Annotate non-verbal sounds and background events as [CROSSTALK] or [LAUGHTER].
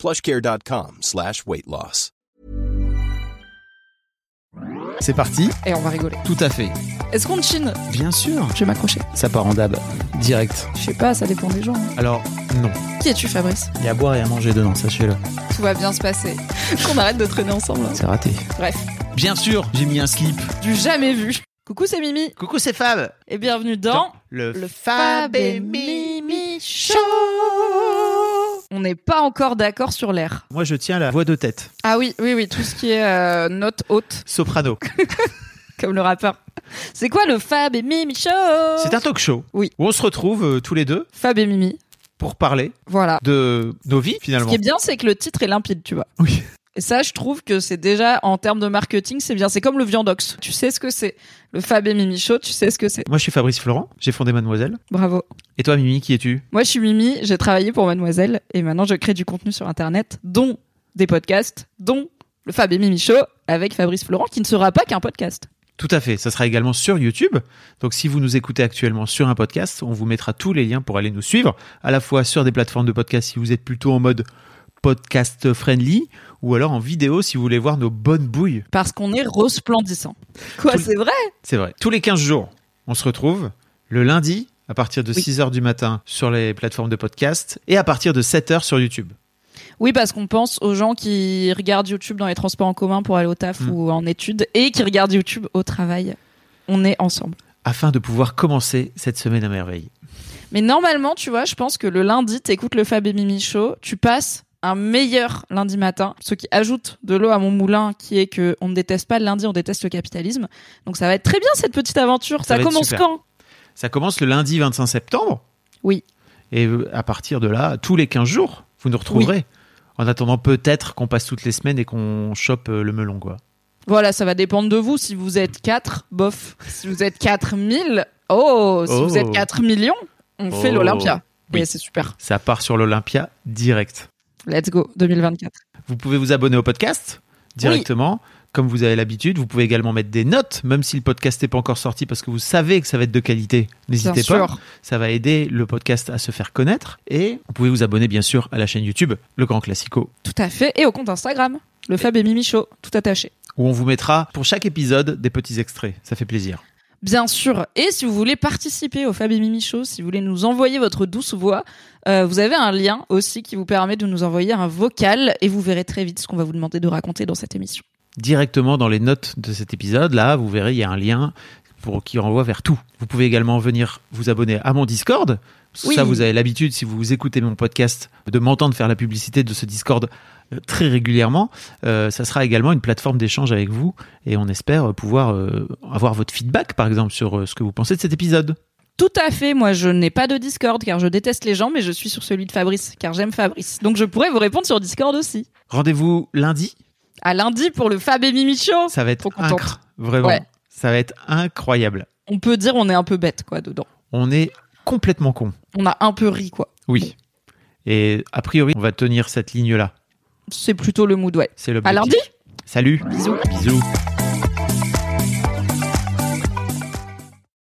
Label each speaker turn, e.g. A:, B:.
A: plushcare.com slash weight loss.
B: C'est parti
C: Et on va rigoler.
B: Tout à fait.
C: Est-ce qu'on chine
B: Bien sûr
C: Je vais m'accrocher.
B: Ça part en dab. Direct.
C: Je sais pas, ça dépend des gens.
B: Alors, non.
C: Qui es-tu, Fabrice
B: Il y a à boire et à manger dedans, sachez-le.
C: Tout va bien se passer. [LAUGHS] qu'on arrête de traîner ensemble. hein.
B: C'est raté.
C: Bref,
B: Bien sûr, j'ai mis un slip.
C: du jamais vu. Coucou, c'est Mimi.
B: Coucou, c'est Fab.
C: Et bienvenue dans
B: Le,
C: Fab et Mimi Show. On n'est pas encore d'accord sur l'air.
B: Moi, je tiens la voix de tête.
C: Ah oui, oui, oui, tout ce qui est euh, note haute,
B: Soprano.
C: comme le rappeur. C'est quoi le Fab et Mimi Show
B: C'est un talk show.
C: Oui.
B: Où on se retrouve euh, tous les deux
C: Fab et Mimi.
B: pour parler
C: Voilà.
B: de nos vies,
C: Ce
B: finalement.
C: qui est bien, c'est que le titre est limpide, tu vois.
B: Oui.
C: Et ça, je trouve que c'est déjà, en termes de marketing, c'est bien. C'est comme le viandox. Tu sais ce que c'est. Le Fab et Mimi Show, tu sais ce que c'est.
B: Moi, je suis Fabrice Florent. J'ai fondé Mademoiselle.
C: Bravo.
B: Et toi, Mimi, qui es-tu
C: Moi, je suis Mimi, j'ai travaillé pour Mademoiselle et maintenant je crée du contenu sur Internet, dont des podcasts, dont le Fab et Mimi Show avec Fabrice Florent, qui ne sera pas qu'un podcast.
B: Tout à fait. Ça sera également sur YouTube. Donc, si vous nous écoutez actuellement sur un podcast, on vous mettra tous les liens pour aller nous suivre, à la fois sur des plateformes de podcast si vous êtes plutôt en mode podcast friendly, ou alors en vidéo si vous voulez voir nos bonnes bouilles.
C: Parce qu'on est resplendissant. Quoi,
B: Tout-
C: c'est vrai
B: C'est vrai. Tous les 15 jours, on se retrouve le lundi à partir de
C: Oui.
B: 6h du matin sur les plateformes de podcast et à partir de 7h sur YouTube.
C: Oui, parce qu'on pense aux gens qui regardent YouTube dans les transports en commun pour aller au taf
B: Mm.
C: ou en études et qui regardent YouTube au travail. On est ensemble.
B: Afin de pouvoir commencer cette semaine à merveille.
C: Mais normalement, tu vois, je pense que le lundi, t'écoutes le Fab et Mimi Show, tu passes un meilleur lundi matin, ce qui ajoute de l'eau à mon moulin, qui est que on ne déteste pas le lundi, on déteste le capitalisme. Donc ça va être très bien cette petite aventure.
B: Ça
C: Ça,
B: va être
C: commence
B: super.
C: quand
B: Ça commence le lundi 25 septembre.
C: Oui.
B: Et euh, à partir de là, tous les 15 jours, vous nous retrouverez. En attendant, peut-être qu'on passe toutes les semaines et qu'on chope euh, le melon, quoi.
C: Voilà, ça va dépendre de vous. Si vous êtes 4, bof. Si vous êtes 4000, oh, si
B: Oh.
C: vous êtes 4 millions, on fait
B: Oh.
C: l'Olympia.
B: Oui.
C: Oui, c'est super.
B: Ça part sur l'Olympia direct.
C: Let's go, 2024.
B: Vous pouvez vous abonner au podcast directement, comme vous avez l'habitude. Vous pouvez également mettre des notes, même si le podcast n'est pas encore sorti, parce que vous savez que ça va être de qualité.
C: Bien
B: N'hésitez pas.
C: sûr.
B: Ça va aider le podcast à se faire connaître. Et vous pouvez vous abonner, bien sûr, à la chaîne YouTube, Le Grand Classico.
C: Tout à fait. Et au compte Instagram, le Fab et Mimi Show, tout attaché.
B: où on vous mettra pour chaque épisode des petits extraits. Ça fait plaisir.
C: Bien sûr. Et si vous voulez participer au Fab et Mimi Show, si vous voulez nous envoyer votre douce voix, euh, vous avez un lien aussi qui vous permet de nous envoyer un vocal et vous verrez très vite ce qu'on va vous demander de raconter dans cette émission.
B: Directement dans les notes de cet épisode, là, vous verrez, il y a un lien pour, qui renvoie vers tout. Vous pouvez également venir vous abonner à mon Discord. Parce que
C: Oui.
B: Ça, vous avez l'habitude, si vous écoutez mon podcast, de m'entendre faire la publicité de ce Discord euh, très régulièrement. Euh, ça sera également une plateforme d'échange avec vous et on espère euh, pouvoir euh, avoir votre feedback, par exemple, sur euh, ce que vous pensez de cet épisode.
C: Tout à fait. Moi, je n'ai pas de Discord car je déteste les gens, mais je suis sur celui de Fabrice car j'aime Fabrice. Donc, je pourrais vous répondre sur Discord aussi.
B: Rendez-vous lundi.
C: À lundi pour le Fab et Mimi Show.
B: Ça va être
C: Trop contente.
B: incre- Vraiment.
C: Ouais.
B: Ça va être incroyable.
C: On peut dire on est un peu bête quoi dedans.
B: On est complètement con.
C: On a un peu ri quoi.
B: Oui. Et a priori, on va tenir cette ligne-là.
C: C'est plutôt le mood ouais.
B: C'est le
C: À lundi.
B: Salut. Bisous.